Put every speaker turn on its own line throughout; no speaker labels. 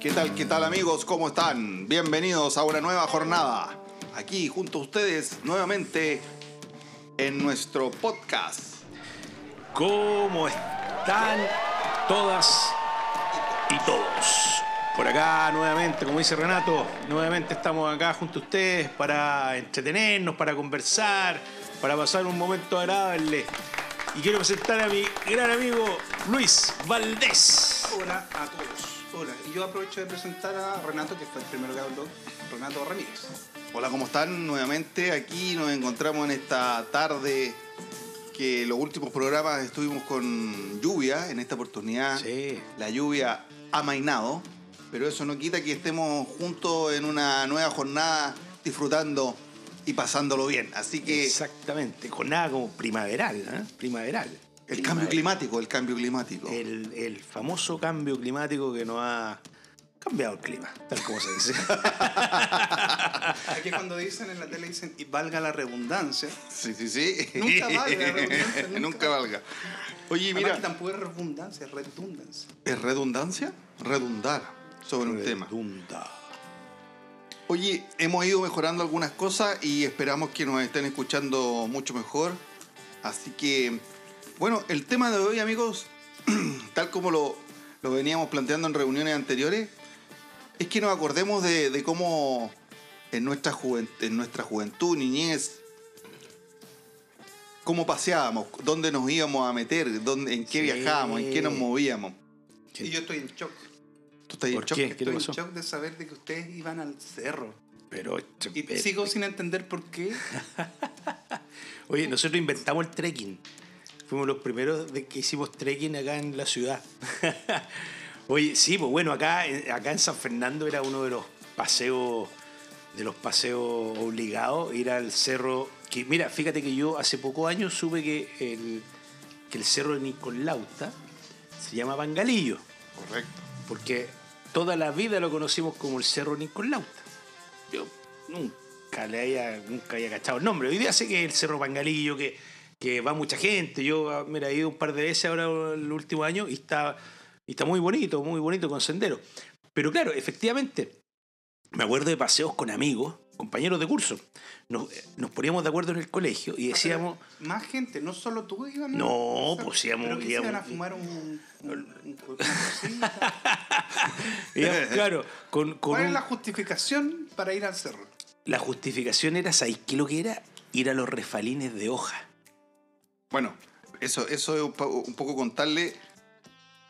¿Qué tal, qué tal amigos? ¿Cómo están? Bienvenidos a una nueva jornada. Aquí junto a ustedes nuevamente en nuestro podcast.
¿Cómo están todas y todos? Por acá nuevamente, como dice Renato, nuevamente estamos acá junto a ustedes para entretenernos, para conversar, para pasar un momento agradable. Y quiero presentar a mi gran amigo Luis Valdés.
Hola a todos. Hola. Y yo aprovecho de presentar a Renato, que fue el primero que habló, Renato Ramírez.
Hola, ¿cómo están? Nuevamente aquí nos encontramos en esta tarde que los últimos programas estuvimos con lluvia, en esta oportunidad
Sí.
la lluvia ha mainado, pero eso no quita que estemos juntos en una nueva jornada disfrutando y pasándolo bien. Así que
Exactamente, jornada como primaveral, ¿eh? Primaveral.
el cambio
Primaveral.
climático, el cambio climático.
El, el famoso cambio climático que nos ha cambiado el clima, tal como se dice.
Aquí cuando dicen en la tele, dicen, y valga la redundancia.
Sí, sí, sí.
Nunca valga, redundancia, nunca
Nunca valga. Oye,
Además,
mira,
que tampoco es redundancia, es redundancia.
¿es redundancia? Redundar sobre un tema.
Redunda.
Oye, hemos ido mejorando algunas cosas y esperamos que nos estén escuchando mucho mejor. Así que, bueno, el tema de hoy, amigos, tal como lo, lo veníamos planteando en reuniones anteriores, es que nos acordemos de, de cómo en nuestra, juven- en nuestra juventud, niñez, cómo paseábamos, dónde nos íbamos a meter, dónde, en qué
Sí.
viajábamos, en qué nos movíamos.
Sí.
Y yo estoy en shock.
¿Tú estás en
¿Por
shock?
qué?
Estoy
le
en
pasó?
shock de saber de que ustedes iban al cerro.
Pero,
Y
pero-
sigo sin entender por qué.
Oye, nosotros inventamos el trekking. Fuimos los primeros de que hicimos trekking acá en la ciudad. Oye, sí, pues bueno, acá, acá en San Fernando era uno de los paseos de los paseos obligados, ir al cerro. Que, mira, fíjate que yo hace pocos años supe que el, que el cerro de Nicolauta se llama Bangalillo,
Correcto.
porque toda la vida lo conocimos como el cerro Nicolauta. Yo nunca le había, nunca había cachado el nombre. Hoy día sé que es el Cerro Pangalillo, que, que va mucha gente. Yo, ah, mira, he ido un par de veces ahora el último año y está, y está muy bonito, muy bonito con sendero. Pero claro, efectivamente, me acuerdo de paseos con amigos, compañeros de curso. Nos, eh, nos poníamos de acuerdo en el colegio y decíamos...
Más gente, no solo tú iban
No,
al cerro,
pues íbamos-
Pero que se
íbamos-
iban a fumar un. un- un- una cosita.
íbamos, claro, con, con
¿Cuál es
un-
la justificación para ir al cerro?
la justificación era, ¿sabéis qué lo que era? Ir a los refalines de hoja.
Bueno, eso, eso es un, po- un poco contarle,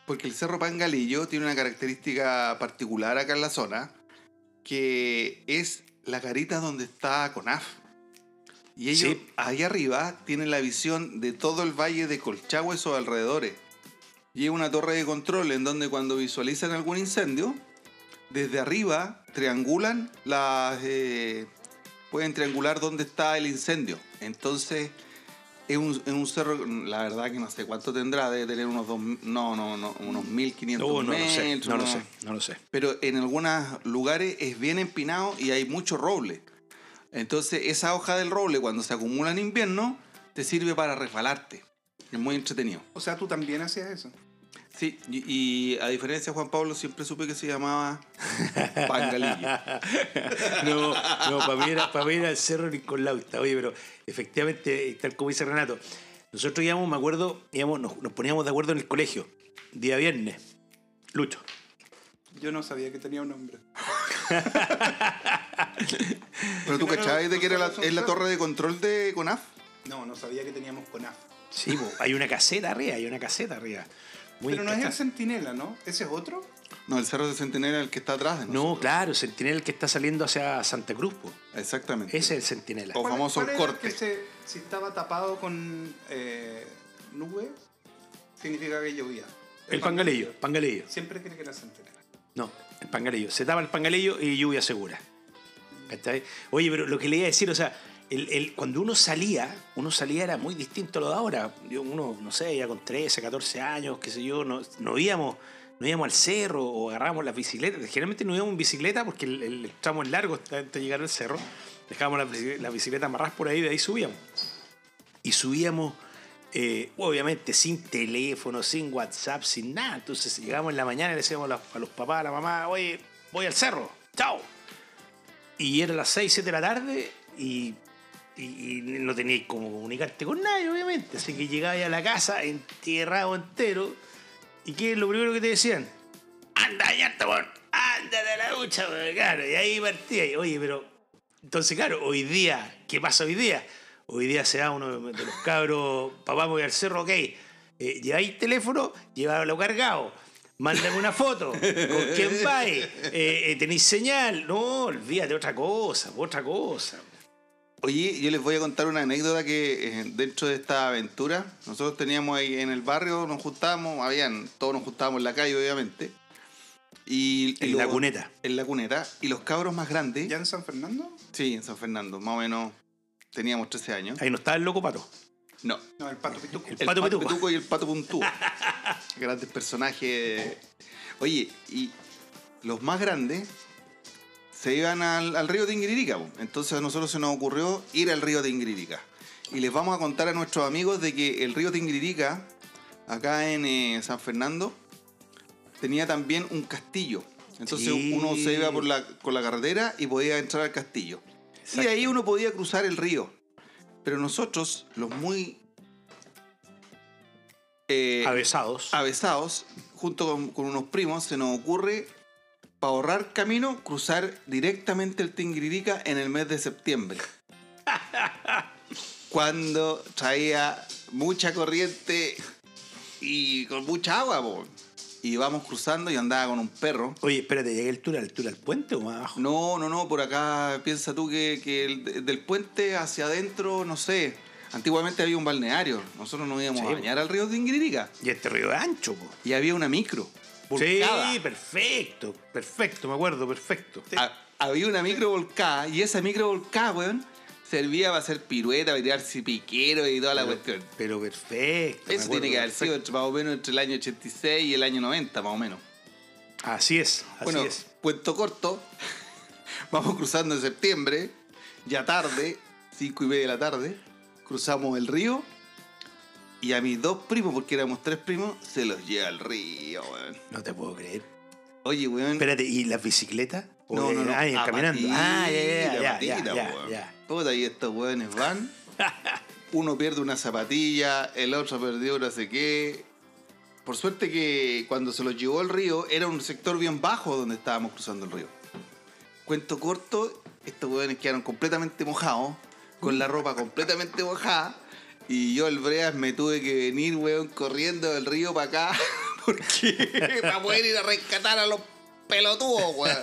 porque el Cerro Pangalillo tiene una característica particular acá en la zona, que es la carita donde está CONAF. Y ellos
Sí.
ahí arriba tienen la visión de todo el valle de Colchagua y sus alrededores. Y es una torre de control en donde cuando visualizan algún incendio, desde arriba triangulan las... eh, pueden triangular dónde está el incendio. Entonces... Es un, es un cerro, la verdad que no sé cuánto tendrá, debe tener unos dos, no, no, no, unos 1500
Oh, no lo
metros.
sé, no lo
unos-
sé, no lo sé.
Pero en algunos lugares es bien empinado y hay mucho roble. Entonces esa hoja del roble cuando se acumula en invierno te sirve para refalarte. Es muy entretenido.
O sea, tú también hacías eso.
Sí, y, y a diferencia de Juan Pablo siempre supe que se llamaba Pangalillo.
No, no, para mí, era, para mí era el Cerro Nicolauta. Oye, pero efectivamente, eh, tal como dice Renato, nosotros íbamos, me acuerdo, íbamos, nos, nos poníamos de acuerdo en el colegio, día viernes. Lucho.
Yo no sabía que tenía un nombre.
Pero tú
Pero
cachabas de que era la,
son-
es la torre de control de CONAF.
No, no sabía que teníamos CONAF.
Sí, po, hay una caseta arriba, hay una caseta arriba. Muy
Pero no es el
cachada.
Centinela, ¿no? ¿Ese es otro?
No, el cerro de Centinela es el que está atrás de
No,
nosotros.
claro, Sentinela el que está saliendo hacia Santa Cruz, po.
Exactamente.
Ese es el Sentinela.
O
¿Cuál-
famoso
cuál
el
era el
corte.
que se- si estaba tapado con eh, nubes, significa que llovía.
El pangalillo, pangalillo.
Siempre cree que era Centinela.
No, el pangalillo. Se tapa el pangalillo y lluvia segura. ¿Cachai? Oye, pero lo que le iba a decir, o sea, el- el- cuando uno salía, uno salía era muy distinto a lo de ahora. Yo, uno, no sé, ya con 13, 14 años, qué sé yo, no, no íbamos. No íbamos al cerro o agarrábamos las bicicletas. Generalmente no íbamos en bicicleta porque el, el tramo es largo hasta hasta llegar al cerro. Dejábamos las bicicletas amarradas por ahí, de ahí subíamos y subíamos eh, obviamente sin teléfono, sin WhatsApp, sin nada. Entonces llegamos en la mañana y le decíamos a los, a los papás, a la mamá, oye, voy al cerro, chao. Y era las 6, 7 de la tarde y, y- y no tenías como comunicarte con nadie, obviamente. Así que llegabas a la casa entierrado entero y ¿qué es lo primero que te decían? anda ya weón, anda de la ducha, weón, claro, y ahí partía, y, oye, pero, entonces, claro, hoy día, ¿qué pasa hoy día? Hoy día se da uno de los cabros, papá, voy al cerro, ok, eh, lleváis teléfono, lleválo cargado, mándame una foto, ¿con quién vais? Eh, eh, ¿Tenéis señal? No, olvídate, otra cosa, otra cosa.
Oye, yo les voy a contar una anécdota que eh, dentro de esta aventura, nosotros teníamos ahí en el barrio, nos juntábamos, habían, todos nos juntábamos en la calle, obviamente. Y, y
En la
los-
cuneta.
En la cuneta. Y los cabros más grandes,
¿Ya en San Fernando?
sí, en San Fernando, más o menos teníamos 13 años.
Ahí no está el loco pato.
No,
No, el Pato Pituco.
el
Pato
pato,
Pituco.
Pituco y el pato puntúo. grandes personajes. Oye, y los más grandes se iban al, al río Tinguiririca. po. Entonces a nosotros se nos ocurrió ir al río Tinguiririca. Y les vamos a contar a nuestros amigos de que el río Tinguiririca, acá en eh, San Fernando, tenía también un castillo. Entonces
Sí.
uno se iba por la, con la carretera y podía entrar al castillo. Y de ahí uno podía cruzar el río. Pero nosotros, los muy... eh,
ah, Avesados.
avesados, junto con, con unos primos, se nos ocurre, para ahorrar camino, cruzar directamente el Tinguiririca en el mes de septiembre. Cuando traía mucha corriente y con mucha agua, po. Y íbamos cruzando y andaba con un perro.
Oye, espérate, ¿llegué a altura, altura al puente o más abajo?
No, no, no, por acá piensa tú que, que el- del puente hacia adentro, no sé. Antiguamente había un balneario. Nosotros nos íbamos
Sí,
a
po.
bañar al río Tinguiririca.
Y este río es ancho, po.
Y había una micro. volcada. Ah,
Sí, perfecto, perfecto, me acuerdo, perfecto.
Ha- había una micro volcada y esa micro volcada, weón, servía para hacer pirueta, para tirarse piquero y toda la cuestión.
Pero perfecto. me
Eso tiene
acuerdo,
que haber sido
perfecto.
entre- más o menos entre el año 86 y el año 90, más o menos.
Así es, así
bueno,
es.
cuento corto, vamos cruzando en septiembre, ya tarde, cinco y media de la tarde, cruzamos el río y a mis dos primos, porque éramos tres primos, se los lleva al río, weón.
No te puedo creer.
Oye, weón.
Espérate, ¿y las bicicletas? ¿O
No,
de-
no, no.
Ah,
a
caminando.
patita,
ah, ya, ya, ya,
a
ya,
patita,
ya,
weón.
ya.
Puta, y estos weones van. Uno pierde una zapatilla, el otro perdió no sé qué. Por suerte que cuando se los llevó el río, era un sector bien bajo donde estábamos cruzando el río. Cuento corto, estos weones quedaron completamente mojados, con la ropa completamente mojada. Y yo, el Breas, me tuve que venir, weón, corriendo del río para acá. Porque para poder ir a rescatar a los pelotudos, weón.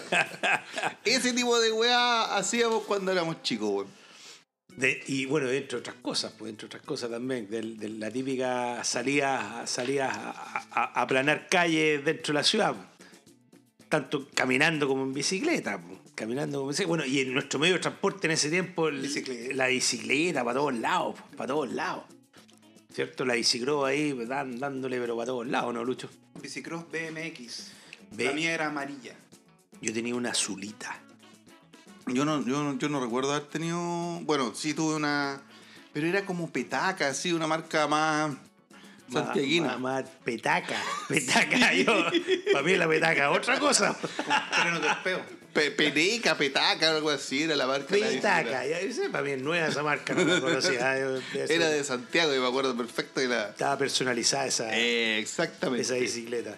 Ese tipo de weá hacíamos cuando éramos chicos, weón.
De- y bueno, dentro de otras cosas, pues dentro de otras cosas también, del- de, la típica salida, salida a, a- a aplanar calles dentro de la ciudad, tanto caminando como en bicicleta, pues, caminando como en bicicleta. Bueno, y en nuestro medio de transporte en ese tiempo, el-
Bicicleta.
la bicicleta para todos lados, pues, para todos lados. ¿Cierto? La bicicroba ahí pues, dan- dándole, pero para todos lados, ¿no, Lucho?
Bicicross BMX.
Ve.
La mía era amarilla.
Yo tenía una azulita.
Yo no, yo, no- yo no recuerdo haber tenido. Bueno, sí tuve una. Pero era como petaca, así, una marca más.
Ma-
Santiaguina.
ma- ma- petaca. Petaca, yo. Para mí la petaca, otra cosa.
Freno de peo.
Pe- peneca, petaca, algo así, era la marca. de la
Petaca, ya yo sé, para mí es nueva esa marca, no la conocía. Yo- yo-
bicicleta. Era de Santiago, yo me acuerdo perfecto. Era...
Estaba personalizada esa,
Eh, exactamente.
Pues
Este.
esa bicicleta.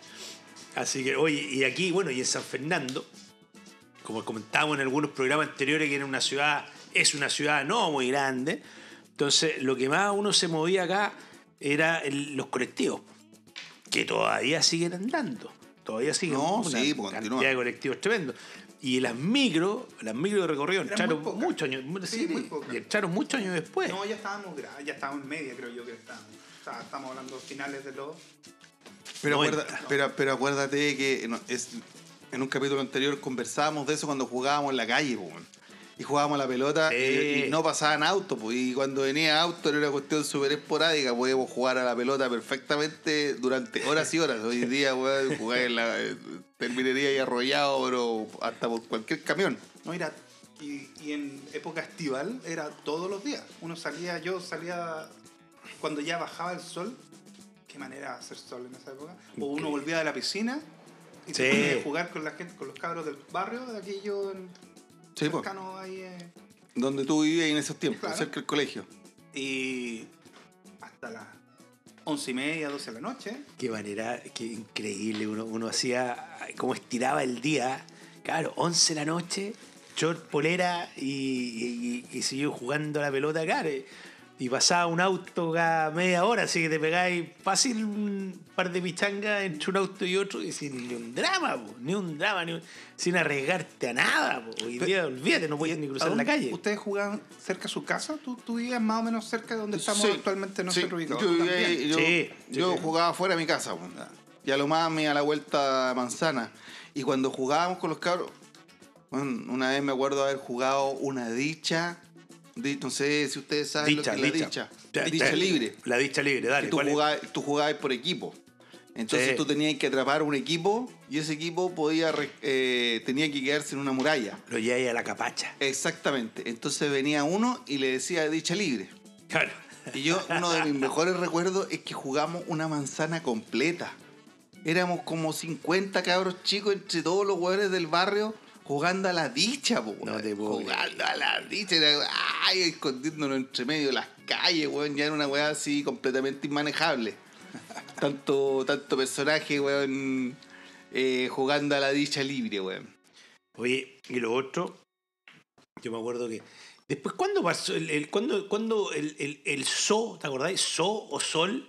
Así que, oye, y aquí, bueno, y en San Fernando, como comentábamos en algunos programas anteriores, que era una ciudad, es una ciudad no muy grande, entonces lo que más uno se movía acá era el- los colectivos, que todavía siguen andando, todavía siguen
No,
una
sí, pues,
cantidad
continúa.
de colectivos tremendo. Y las micro, las micro de recorrido
Eran
entraron
muy pocas.
muchos años, sí,
Sí, muy
muy-
pocas.
y entraron muchos años después.
No, ya estábamos, gra- ya estábamos en media, creo yo que estábamos. O sea, estamos hablando finales de los.
Pero,
90.
acuerda- pero, pero acuérdate que en, es- en un capítulo anterior conversábamos de eso cuando jugábamos en la calle, po, weón. Y jugábamos a la pelota
Sí.
y, y no pasaban autos, po, y cuando venía auto era una cuestión súper esporádica, podíamos jugar a la pelota perfectamente durante horas y horas. Hoy día, weón, jugar en la eh, terminería y arrollado, pero hasta por cualquier camión.
No, era. Y, y en época estival era todos los días. Uno salía, yo salía cuando ya bajaba el sol, qué manera de hacer sol en esa época. O uno volvía de la piscina y se
Sí.
ponía a jugar con la gente, con los cabros del barrio, de aquello en-
Sí, pues. po.
cercano ahí. eh,
Donde tú vivías en esos tiempos,
Claro.
cerca del colegio.
y hasta las once y media, doce de la noche.
Qué manera, qué increíble. Uno, uno hacía, ay, como estiraba el día. Claro, 11 de la noche, short, polera y, y, y- y siguió jugando a la pelota, claro. eh. Y pasaba un auto cada media hora, así que te pegáis fácil un par de pichangas entre un auto y otro, y sin ni un drama, po, ni un drama, ni un- sin arriesgarte a nada. po. Hoy
Pe-
día, olvídate, no puedes ni
¿A
cruzar la
dónde-
calle.
¿Ustedes jugaban cerca de su casa? ¿Tú, tú vivías más o menos cerca de donde estamos
Sí,
actualmente
sí.
nosotros ubicados?
Yo, vivía
también.
ahí, yo-
Sí, sí,
yo
sí.
jugaba fuera de mi casa, po. y a lo más me a la vuelta a manzana. Y cuando jugábamos con los cabros, bueno, una vez me acuerdo haber jugado una dicha, di- no sé si ustedes saben
Dicha,
lo que es
dicha.
la dicha,
Ya,
dicha
ya,
libre.
La dicha libre, dale.
que tú,
¿cuál es?
jugabas, tú jugabas por equipo. Entonces
Sí.
tú tenías que atrapar un equipo y ese equipo podía re- eh, tenía que quedarse en una muralla.
Lo lleváis a la capacha.
Exactamente. Entonces venía uno y le decía dicha libre.
Claro.
Y yo, uno de mis mejores recuerdos es que jugamos una manzana completa. Éramos como 50 cabros chicos entre todos los hueones del barrio jugando a la dicha, po,
No
weón.
te puedo
Jugando a la dicha. Era, ay, escondiéndonos entre medio de las calles, weón. Ya era una weá así completamente inmanejable. Tanto, tanto personaje, weón, eh, jugando a la dicha libre, weón.
Oye, y lo otro, yo me acuerdo que. Después, ¿cuándo pasó? El, el- ¿Cuándo, cuándo el, el, el so, ¿te acordáis? So o sol.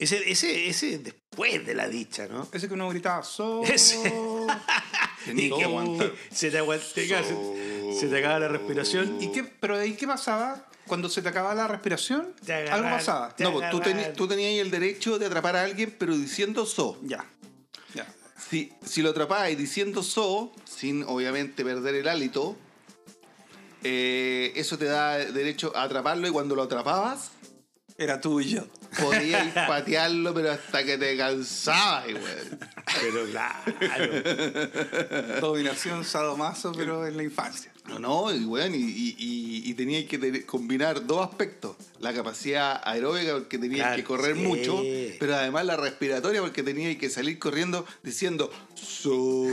Ese, ese, ese después de la dicha, ¿no?
Ese que uno gritaba, so...
Ese.
Tenía
Y
que aguantar.
Se te aguante, claro, se, se te acaba la respiración.
¿Y
Y
qué, ¿Pero ahí qué pasaba? Cuando se te acababa la respiración,
Te agarraban.
algo pasaba.
Te
No, pues tú, teni-
agarraron.
tú tenías el derecho de atrapar a alguien, pero diciendo so.
Ya. Ya.
Si, si lo atrapáis diciendo so, sin obviamente perder el hálito, eh, eso te da derecho a atraparlo y cuando lo atrapabas,
Era tuyo.
podías patearlo, pero hasta que te cansabas, weón.
Pero claro.
Dominación sadomaso, pero en la infancia.
No, no, y weón, y, y, y- y tenías que tener- combinar dos aspectos. La capacidad aeróbica, porque tenías
Claro,
que correr
sí.
mucho, pero además la respiratoria, porque tenías que salir corriendo diciendo so.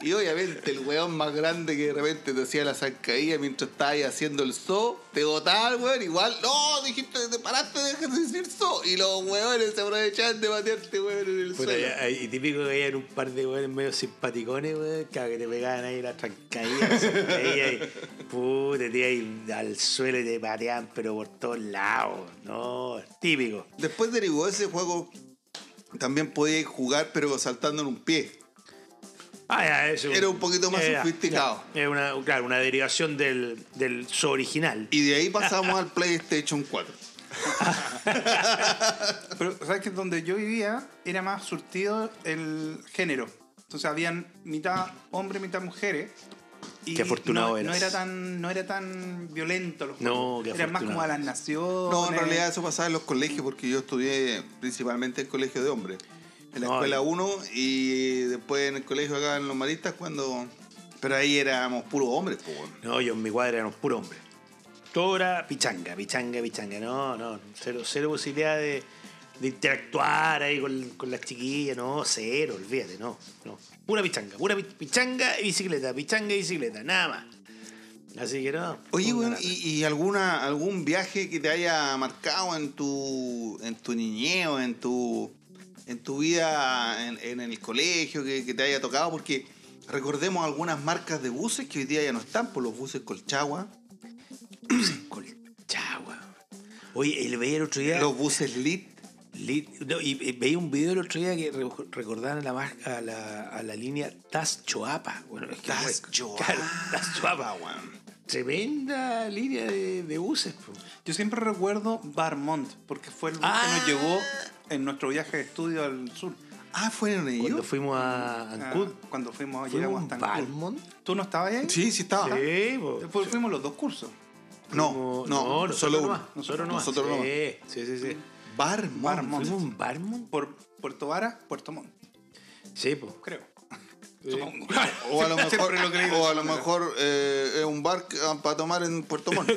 y obviamente el weón más grande que de repente te hacía la zancadilla mientras estabas ahí haciendo el so, te botaba el weón, igual, no, dijiste, te paraste, dejaste de decir so. Y los weones se aprovechaban de patearte, weón, en el
Puta,
suelo.
ya, ahí, y típico que había un par de weones medio simpaticones, weón, claro, que te pegaban ahí las trancadillas, se caía y puta, te ibas al suelo y te pateaban, pero por todos lados, no, típico.
Después derivó ese juego. También podías jugar, pero saltando en un pie.
Ah, ya, eso.
Era un poquito más
Era,
sofisticado.
ya, era una, claro, una derivación del, del so original.
Y de ahí pasamos al PlayStation 4.
Pero, ¿sabes que Donde yo vivía era más surtido el género. Entonces, habían mitad hombres, mitad mujeres. Y
Qué afortunado
no,
eras.
No era tan, no era tan violento los
No,
juegos.
qué
Eran más como
afortunado.
a las naciones.
No, en realidad eso pasaba en los colegios, porque yo estudié principalmente en colegio de hombres. En la
No,
escuela
y-
1 y después en el colegio acá en Los Maristas, cuando. Pero ahí éramos puros hombres, po, weón.
No, yo en mi cuadra éramos puro hombre. Todo era pichanga, pichanga, pichanga. No, no, cero, cero posibilidad de, de interactuar ahí con, con las chiquillas. No, cero, olvídate, no, no. Pura pichanga, pura pi- pichanga y bicicleta, pichanga y bicicleta, nada más. Así que no.
Oye,
una
weón,
lata.
¿y, y alguna, algún viaje que te haya marcado en tu, en tu niñez o en tu, en tu vida en, en el colegio que, que te haya tocado? Porque recordemos algunas marcas de buses que hoy día ya no están, por los buses Colchagua,
Colchagua. Oye, el veía el otro día.
los buses Lit.
Lit- no, y, y veía un video el otro día que re- recordaban a la, mar- a la, a la línea Taz Choapa. Bueno, es que,
Taz
bueno,
Choapa.
claro, Taz Choapa, weón. Tremenda línea de, de buses. po.
Yo siempre recuerdo Barmont, porque fue el bus
Ah.
que nos llevó en nuestro viaje de estudio al sur.
Ah, ¿fueron
Cuando
ellos?
fuimos a
Ah,
Ancud,
cuando fuimos, llegamos
fuimos
hasta
a
Ancud.
Balmont.
¿Tú no estabas ahí?
Sí, sí estaba.
Sí, po.
Fu- Fuimos los dos cursos.
Ah. No, no,
Fuimos- no,
solo uno.
nomás, Nosotros no.
Nosotros nomás.
sí, sí, sí, sí.
Barmont.
Barmont.
¿Fuimos a Barmont?
Por Puerto Vara, Puerto Montt,
Sí, po.
creo. Supongo.
O a lo mejor,
Siempre lo creí.
o a lo mejor eh, es un bar para tomar en Puerto Montt.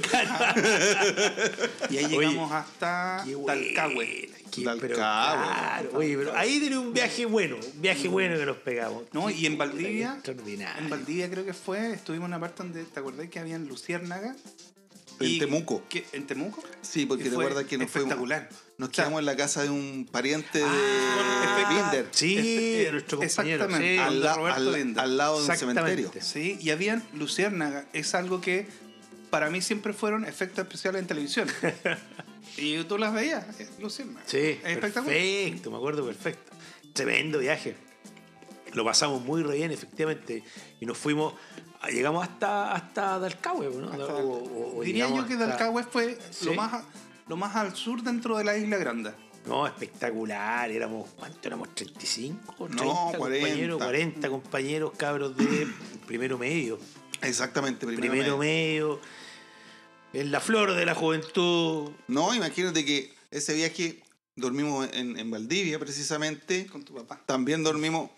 Y ahí
Oye.
llegamos hasta
Qué
Talcahué.
buena, qué-
Talcahué,
pero claro,
compadre.
oye, pero ahí tiene un viaje bueno, un viaje bueno que nos pegamos.
No,
Qué
y en
puta,
Valdivia,
qué Extraordinario.
En Valdivia creo que fue, estuvimos en una parte donde, ¿te acordás que habían luciérnagas?
En
Y-
Temuco.
¿Qué? ¿En Temuco?
Sí, porque
Y
te
fue
acuerdas que nos fuimos.
espectacular.
Nos quedamos en la casa de un pariente
Ah,
de Binder.
Sí,
Espe-
nuestro compañero.
Este, eh, Exactamente.
sí.
Al-
Al,
de
la-
Roberto
al-
Binder.
al lado de un
Exactamente.
cementerio.
Sí, y habían luciérnagas. Es algo que para mí siempre fueron efectos especiales en televisión. y tú las veías, eh, luciérnagas.
Sí,
Es espectacular.
perfecto, me acuerdo perfecto. Tremendo viaje. Lo pasamos muy re bien, efectivamente. Y nos fuimos, llegamos hasta, hasta Dalcahue, ¿no?
Hasta-
O- o- o
Diría
llegamos
yo que
hasta-
Dalcahue fue
Sí.
lo, más, a- lo más al sur dentro de la Isla Grande.
No, espectacular. Éramos, ¿cuánto éramos? ¿35?
No, 40.
30 compañeros, 40 compañeros cabros de primero medio.
Exactamente, primero.
primero
medio.
medio. En la flor de la juventud.
No, imagínate que ese viaje dormimos en, en Valdivia precisamente.
Con tu papá.
También dormimos,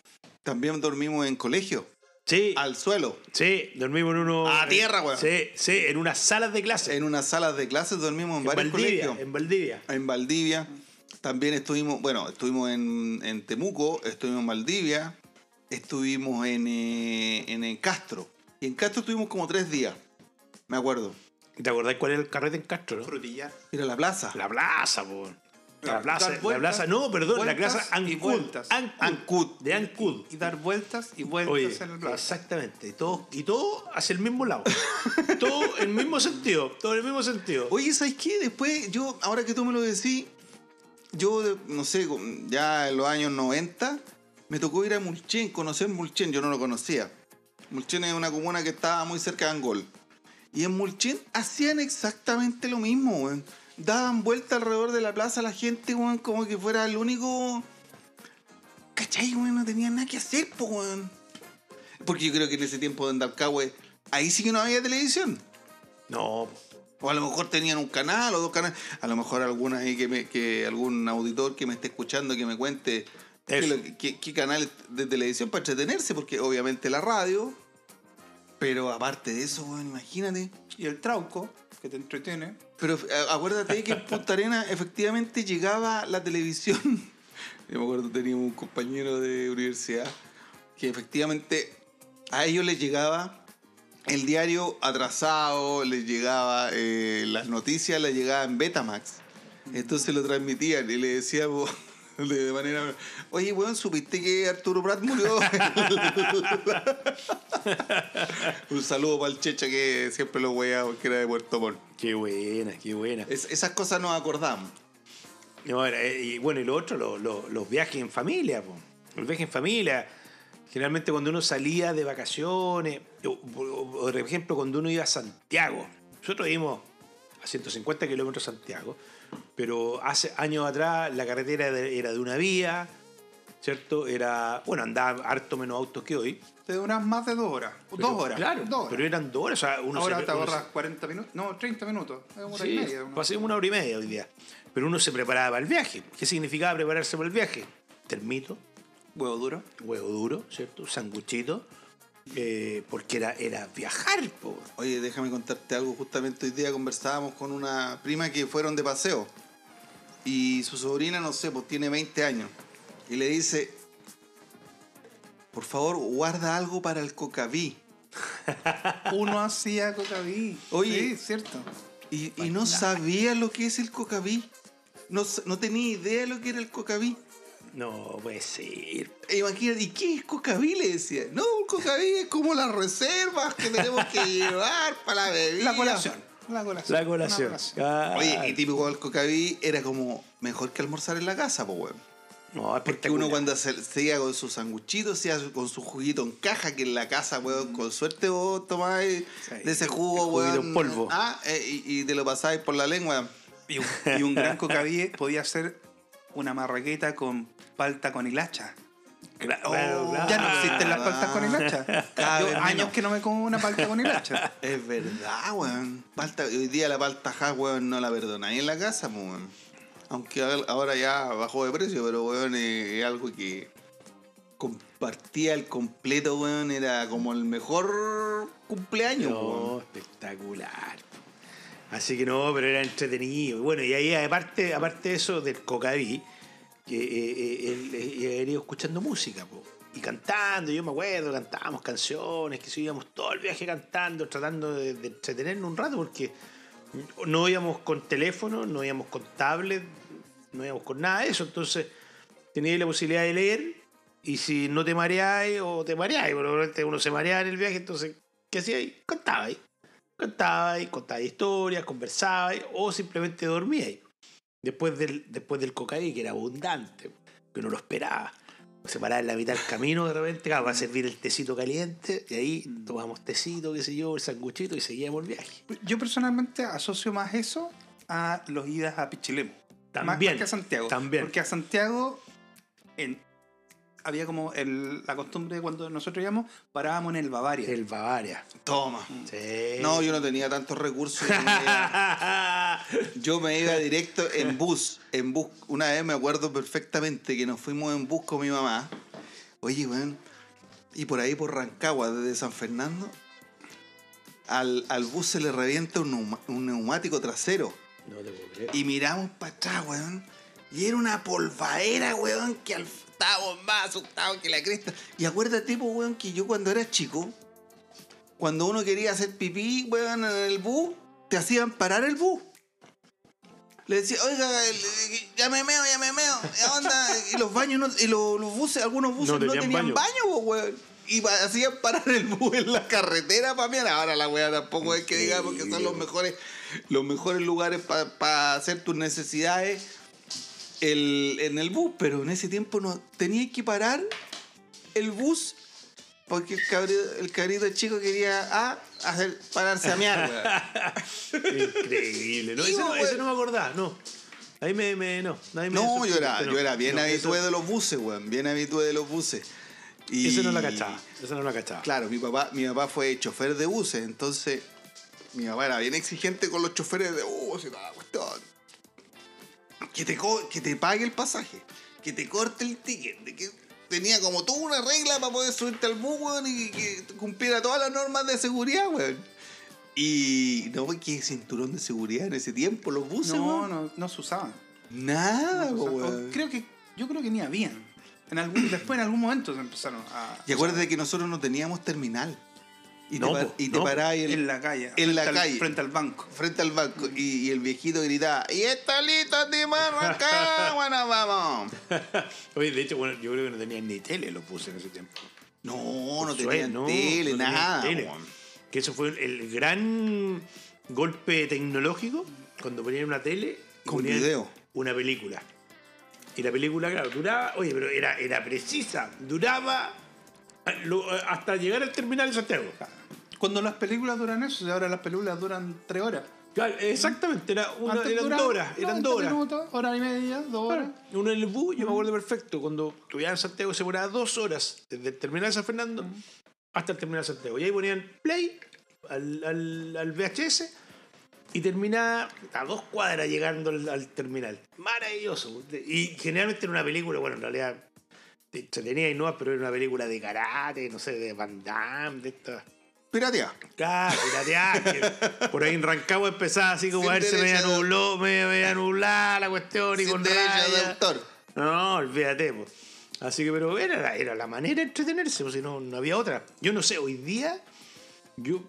también dormimos en colegio,
Sí,
al suelo.
sí, dormimos en uno.
A tierra, weón.
Sí, sí, en unas salas de clase.
En unas salas de clases dormimos en,
En
varios
Valdivia,
colegios.
en Valdivia.
En Valdivia. También estuvimos, bueno, estuvimos en, en Temuco, estuvimos en Valdivia, estuvimos en, eh, en, en Castro. Y en Castro estuvimos como tres días, me acuerdo.
¿Te acordás cuál era el carrete en Castro, no?
Frutillar.
Ir a la plaza.
La plaza, po. La
Dar
plaza, la
vueltas,
plaza, no, perdón, la
vueltas
plaza
y
Ancud,
vueltas.
Ancud,
Ancud.
de Ancud.
Y dar vueltas y vueltas
Oye,
en el plaza.
exactamente, y todo, y todo hacia el mismo lado, todo en el mismo sentido, todo en el mismo sentido.
Oye, ¿sabes qué? Después, yo, ahora que tú me lo decís, yo, de- no sé, con- ya en los años 90, me tocó ir a Mulchen, conocer Mulchen, yo no lo conocía. Mulchen es una comuna que estaba muy cerca de Angol. Y en Mulchen hacían exactamente lo mismo, weón. Daban vuelta alrededor de la plaza la gente, weón, como que fuera el único... ¿Cachai, weón? No tenían nada que hacer, po, weón. Porque yo creo que en ese tiempo de Andalcahue, ahí sí que no había televisión.
No,
O a lo mejor tenían un canal o dos canales. A lo mejor alguna ahí que, me- que algún auditor que me esté escuchando que me cuente qué,
Eso.
lo- qué- qué canales de televisión para entretenerse, porque obviamente la radio. Pero aparte de eso, weón, imagínate.
Y el trauco, que te entretiene.
Pero eh, acuérdate que en Punta Arena efectivamente llegaba la televisión. Yo me acuerdo, teníamos un compañero de universidad que efectivamente a ellos les llegaba el diario atrasado, les llegaba eh, las noticias, les llegaba en Betamax. Entonces lo transmitían y le decíamos de manera... Oye, weón, ¿supiste que Arturo Prat murió? un saludo para el Checha que siempre lo weaba porque era de Puerto Montt.
qué buena, qué buena.
Es- esas cosas nos acordamos.
No, era- eh, y bueno, y lo otro, lo- lo- los viajes en familia. po. Los viajes en familia. Generalmente cuando uno salía de vacaciones, o, o- o, por ejemplo cuando uno iba a Santiago. Nosotros íbamos a 150 kilómetros de Santiago, pero hace años atrás la carretera era de- era de una vía, ¿cierto? Era, bueno, andaba harto menos autos que hoy.
Te duras más de dos horas.
pero-
dos horas.
Claro,
dos horas.
pero eran dos horas. o sea, uno
Ahora
se-
te
uno se-
ahorras 40 minutos. No, 30 minutos. Es una hora
Sí,
y media. una-
pasé una hora y media hoy día. Pero uno se preparaba para el viaje. ¿Qué significaba prepararse para el viaje? Termito,
Huevo duro.
huevo duro, ¿cierto? Sanguchito. eh, porque era, era viajar, po.
Oye, déjame contarte algo. Justamente hoy día conversábamos con una prima que fueron de paseo. Y su sobrina, no sé, pues tiene 20 años. Y le dice, por favor, guarda algo para el cocaví.
Uno hacía cocaví.
Oye.
Sí, cierto.
Y, y
Pues
no sabía lo que es el cocaví. No, sa- no tenía idea de lo que era el cocaví.
No puede ser.
E Imagínate, ¿y qué es cocaví? Le decía. No, el cocaví es como las reservas que tenemos que llevar para la bebida.
La colación. La colación.
La colación.
Una
Ah,
Oye, y típico del cocaví era como mejor que almorzar en la casa, pues, weón.
no,
Porque
espectacular.
uno cuando se, se iba con sus sanguchitos, se iba con su juguito en caja, que en la casa, weón, con suerte vos tomáis
Sí,
de ese jugo,
Mm. el juguito
weón.
en polvo.
Ah, eh, y, y te lo pasáis por la lengua.
Y un, y un gran cocaví podía ser una marraqueta con palta con hilacha.
Cla-
Oh,
claro, claro.
Ya no existen las
Ah,
paltas con hilacha.
cada
Yo
vez
años
menos.
que no me como una palta con hilacha.
Es verdad, weón. Palta- hoy día la palta hash, weón, no la perdonáis en la casa, pues, weón. Aunque ahora ya bajó de precio, pero, weón, es, es algo eh, que compartía el completo, weón, era como el mejor cumpleaños,
No,
weón.
espectacular. Así que no, pero era entretenido. Y Bueno, y ahí aparte, aparte de eso del cocaví, que eh, eh, él eh, él iba escuchando música, po, y cantando, yo me acuerdo, cantábamos canciones, que sí, íbamos todo el viaje cantando, tratando de, de entretenernos un rato, porque no íbamos con teléfono, no íbamos con tablet, no íbamos con nada de eso, entonces tenías la posibilidad de leer y si no te mareáis o te mareáis, probablemente uno se mareaba en el viaje, entonces, ¿qué hacíais? Contabais. Contabais, contabais historias, conversabais o simplemente dormíais. Después del, después del cocaí, que era abundante, que uno lo esperaba. Se paraba en la mitad del camino de repente, claro, va a servir el tecito caliente y ahí
Mm.
tomamos tecito, qué sé yo, el sanguchito y seguíamos el viaje.
Yo personalmente asocio más eso a los idas a Pichilemu. Más-
También,
Más, que a Santiago.
también.
Porque a Santiago en- había como el- la costumbre de cuando nosotros íbamos, parábamos en el Bavaria.
El Bavaria.
Toma.
Sí.
Mm. No, yo no tenía tantos recursos. yo me iba- Yo me iba directo en bus, en bus. Una vez me acuerdo perfectamente que nos fuimos en bus con mi mamá. Oye, weón. Y por ahí por Rancagua, desde San Fernando, al, al bus se le revienta un, neuma- un neumático trasero.
no te puedo creer.
Y miramos para atrás, weón. Y era una polvadera, weón, que al... estábamos más asustados que la cresta. Y acuérdate, pues, weón, que yo cuando era chico, cuando uno quería hacer pipí, weón, en el bus, te hacían parar el bus. Le decía, oiga, el- eh, ya me meo, ya me meo. ¿Qué onda? Y los baños, no- y lo- los buses, algunos buses
No
no tenían,
tenían baño.
baño, po, weón. Y pa- hacían parar el bus en la carretera para mirar. Ahora la weá tampoco es que digamos que son los mejores, los mejores lugares para hacer tus necesidades el- en el bus. Pero en ese tiempo no tenía que parar el bus porque el cabrito, el cabrito chico quería ah, hacer, pararse a mear, weón.
Increíble, ¿no? Ese, no
Iba,
ese
weón.
no me acordaba, no. Ahí me, me- no. ahí me
No,
sorprendiste,
yo era,
no.
yo era bien
No,
habitué
eso-
de los buses, weón. Bien habitué de los buses. Y,
Ese no la cachaba, ese no la cachaba.
Claro, mi papá, mi papá fue chofer de buses, entonces mi papá era bien exigente con los choferes de buses, y toda la cuestión. Que te, co- que te pague el pasaje, que te corte el ticket, de que tenía como toda una regla para poder subirte al bus, weón, y que cumpliera todas las normas de seguridad, weón. Y no, que cinturón de seguridad en ese tiempo, los buses,
no,
weón.
no, no se usaban.
Nada,
O sea, o
weón.
creo que, yo creo que ni habían. En algún, después en algún momento se empezaron a...
Y acuérdate que nosotros no teníamos terminal. Y
No,
te, par-
po,
y te
no.
parabas en-
en la calle.
en la
frente al-
calle.
frente al banco.
frente al banco y, y el viejito gritaba, ¡Y esta lista de marraca! ¡Bueno, vamos!
Oye, de hecho, bueno, yo creo que no tenía ni tele, lo puse en ese tiempo.
No, no
Por
tenían
suerte, no,
tele,
no tenían
nada.
tele.
weón.
Que eso fue el gran golpe tecnológico cuando ponían una tele y
Con
ponían
video.
una película. Y la película, claro, duraba, oye, pero era, era precisa, duraba eh, lo- hasta llegar al terminal de Santiago.
Cuando las películas duran eso, y ahora las películas duran tres horas.
Claro, exactamente, era una,
Antes
eran
duraban
dos horas, eran
90
dos horas.
minutos, hora y media, dos horas.
Uno en el bus, yo me acuerdo perfecto, cuando estudiaba en Santiago se demoraba dos horas desde el terminal de San Fernando hasta el terminal de Santiago. Y ahí ponían play al, al, al VHS y terminaba a dos cuadras llegando al, al terminal. Maravilloso. Y generalmente era una película, bueno, en realidad te entretenía y no, pero era una película de karate, no sé, de Van Damme, de estas.
Piratea.
Claro, piratear, que Por ahí en Rancagua empezaba así como
Sin
a verse media
derecho de-
nubló, media, media nublada la cuestión y
Sin
con
derecho de
raya.
autor.
No, olvídate, po. Así que, pero era, la- era la manera de entretenerse, pues, si no, no había otra. Yo no sé, hoy día yo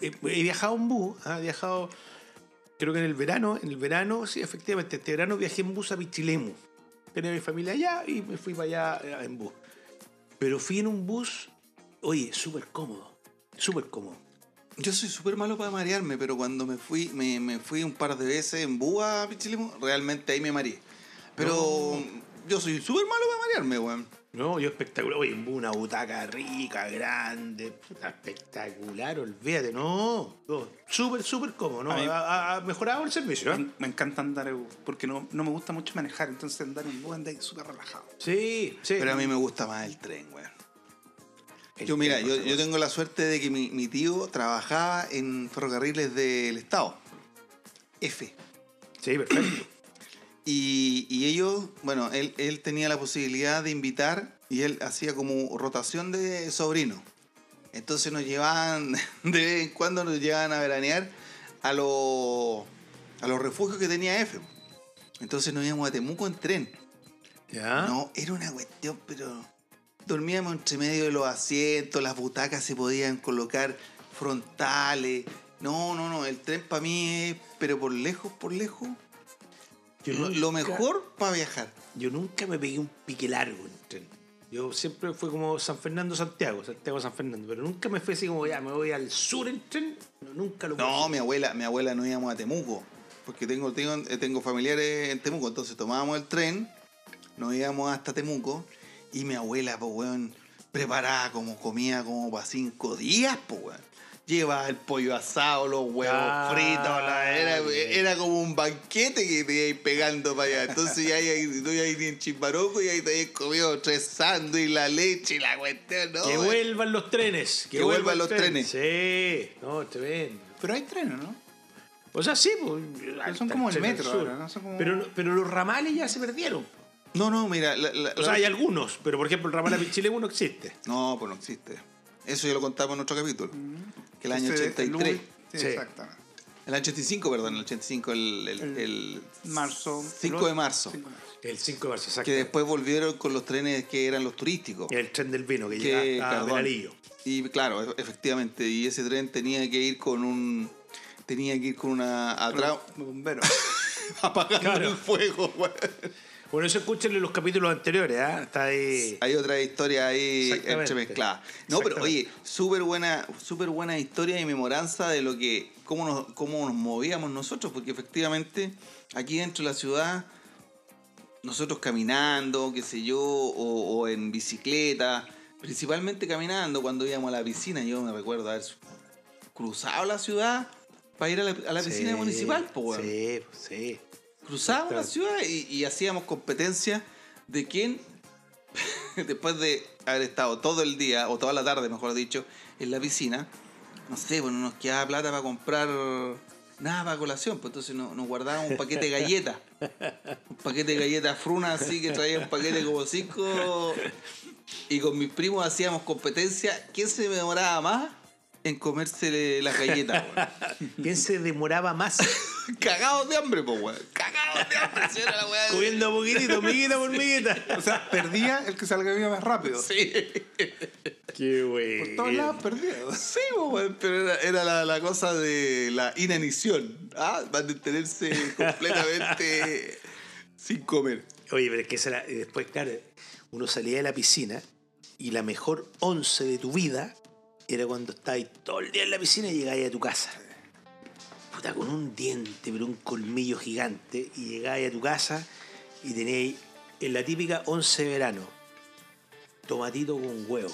he, he viajado en bus, ah, he viajado, creo que en el verano, en el verano, sí, efectivamente, este verano viajé en bus a Pichilemu. Tenía mi familia allá y me fui para allá eh, en bus. Pero fui en un bus, oye, súper cómodo, súper cómodo.
Yo soy súper malo para marearme, pero cuando me fui, me, me fui un par de veces en Búa, Pichilemu, realmente ahí me mareé. Pero yo soy súper malo para marearme, weón.
No, yo espectacular. Oye, una butaca rica, grande, puta, espectacular, olvídate, no. no, súper, súper cómodo, ¿no?
A mí-
Ha, ha- ha mejorado el servicio, ¿eh?
Me, me encanta andar en bus, porque no, no me gusta mucho manejar, entonces andar en bus anda ahí súper relajado.
Sí, sí.
Pero a mí me gusta más el tren, weón.
El
Yo, mira,
tren,
yo,
por
yo
favor.
tengo la suerte de que mi, mi tío trabajaba en ferrocarriles del Estado. F.
Sí, perfecto.
Y, y ellos, bueno, él, él tenía la posibilidad de invitar y él hacía como rotación de sobrino. Entonces nos llevaban, de vez en cuando nos llevaban a veranear a, los a los refugios que tenía F. Entonces nos íbamos a Temuco en tren.
¿Ya?
No, era una cuestión, pero dormíamos entre medio de los asientos, las butacas se podían colocar frontales. No, no, no, el tren para mí es, pero por lejos, por lejos,
Yo
lo-
nunca-
lo mejor para viajar.
Yo nunca me pegué un pique largo en tren. Yo siempre fue como San Fernando Santiago, Santiago San Fernando, pero nunca me fui así como ya me voy al sur en tren. No, nunca lo
No,
puse.
mi abuela, mi abuela no íbamos a Temuco, porque tengo, tengo, eh, tengo familiares en Temuco, entonces tomábamos el tren, nos íbamos hasta Temuco, y mi abuela, pues weón, preparaba como comía como para cinco días, pues weón. Llevaba el pollo asado, los huevos
Ah,
fritos, la- era,
bien.
era como un banquete que te ibas pegando para allá. Entonces ya ahí- tú ya ahí en Chimbaroco y ahí te habías comido tres sándwiches, la leche y la cuestión, ¿no?
Que
weón?
vuelvan los trenes.
Que vuelvan los
Sí, no, tremendo.
Pero hay trenes, ¿no?
O sea, sí, pues,
son como el
trenes
metro
al sur.
ahora, ¿no? Son como-
pero, no- pero los ramales ya se perdieron.
No, no, mira, la- la-
O sea, hay algunos, pero por ejemplo el ramal a Pichilemu no existe.
No, pues no existe. Eso ya lo contamos en otro capítulo. Que el año
Ese-
83.
el-
Sí.
sí, exactamente.
El año 85, perdón, el 85, el, el,
El
el
Marzo.
5 de marzo.
Cinco de marzo.
El 5 de marzo, exacto.
Que después volvieron con los trenes que eran los turísticos.
El tren del vino que
Que,
llega a
perdón.
Veranillo.
Y claro, e- efectivamente, y ese tren tenía que ir con un. Tenía que ir con una. atrás.
Bombero.
apagando
Claro.
el fuego, weón.
Bueno, eso escúchenle los capítulos anteriores, ¿ah? Está ahí.
Hay otra historia ahí
Exactamente.
entremezclada. No, pero oye,
Exactamente.
súper buena, súper buena historia y memoranza de lo que, cómo nos, cómo nos movíamos nosotros, porque efectivamente aquí dentro de la ciudad, nosotros caminando, qué sé yo, o, o en bicicleta, principalmente caminando cuando íbamos a la piscina, yo me recuerdo haber cruzado la ciudad para ir a la, a la piscina
Sí,
municipal, po, weón.
Sí, pues, sí.
Cruzábamos la
Exacto.
ciudad y, y hacíamos competencia de quién, después de haber estado todo el día, o toda la tarde, mejor dicho, en la piscina, no sé, bueno, nos quedaba plata para comprar nada para colación, pues entonces no- nos, guardábamos un paquete de galletas. Un paquete de galletas fruna, así que traía un paquete como cinco. Y con mis primos hacíamos competencia. ¿Quién se demoraba más en comerse las galletas, weón?
¿Quién se demoraba más?
Cagados de hambre, pues, weón. Cagados de hambre, si era la weá de-
Comiendo poquitito, miguita por miguita.
O sea, perdía el que salga vivo más rápido.
Sí,
Qué güey.
Por todos lados perdido.
sí, po, weón, pero era, era la, la cosa de la inanición. Ah, mantenerse completamente sin comer.
Oye, pero es que esa era- y después, claro, uno salía de la piscina y la mejor once de tu vida era cuando estabas todo el día en la piscina y llegabas a tu casa. Puta, con un diente, pero un colmillo gigante, y llegabas a tu casa y teníais en la típica once de verano, tomatito con huevo.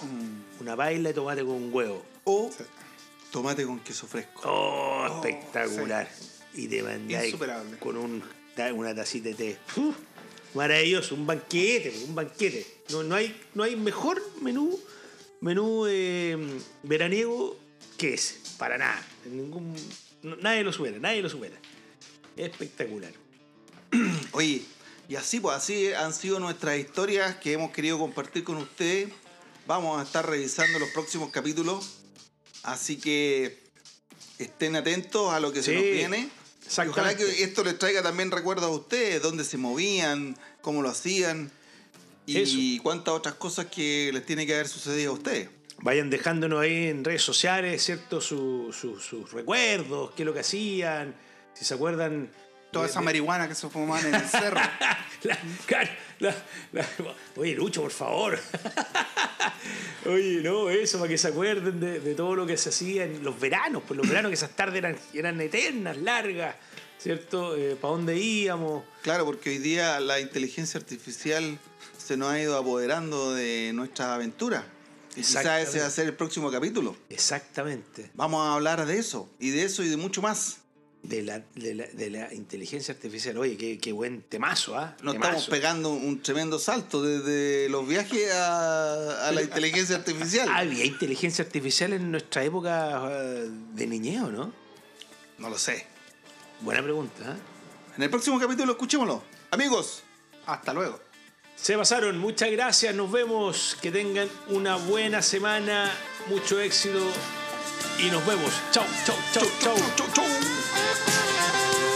Una baila de tomate con huevo.
O tomate con queso fresco.
Oh, espectacular. Y te mandáis
Insuperable.
con un, ta- una tacita de té. ¡Uf! maravilloso, un banquete, un banquete. No, no, hay, no hay mejor menú, menú eh, veraniego que ese. Para nada. En ningún, no- nadie lo supera, nadie lo supera. Espectacular.
Oye, y así, pues, así han sido nuestras historias que hemos querido compartir con ustedes. Vamos a estar revisando los próximos capítulos. Así que estén atentos a lo que se
Sí,
nos viene. Y ojalá
exactamente.
que esto les traiga también recuerdos a ustedes, dónde se movían, cómo lo hacían y cuántas otras cosas que les tiene que haber sucedido a ustedes.
Vayan dejándonos ahí en redes sociales, ¿cierto? Su- su- sus recuerdos, qué es lo que hacían, si se acuerdan.
Toda
de-
esa marihuana que se fumaban en el cerro.
La- claro, la- la- oye, Lucho, por favor. oye, no, eso, para que se acuerden de, de todo lo que se hacía en los veranos, pues los veranos que esas tardes eran, eran eternas, largas, ¿cierto? ¿Para dónde íbamos?
Claro, porque hoy día la inteligencia artificial se nos ha ido apoderando de nuestras aventuras. Y quizás
Exactamente.
ese va a ser el próximo capítulo.
Exactamente,
Vamos a hablar de eso, y de eso y de mucho más.
de la, de la, de la inteligencia artificial. Oye, qué, qué buen temazo, ¿ah?
Nos
Temazo.
estamos pegando un tremendo salto desde los viajes a, a la inteligencia artificial.
Ah, Había inteligencia artificial en nuestra época eh, de niñeo, ¿no?
No lo sé.
Buena pregunta, ¿ah?
En el próximo capítulo escuchémoslo. Amigos,
Hasta luego.
Se pasaron, muchas gracias, nos vemos, que tengan una buena semana, mucho éxito y nos vemos. Chau, chau, chau, chau, chau, chau. chau.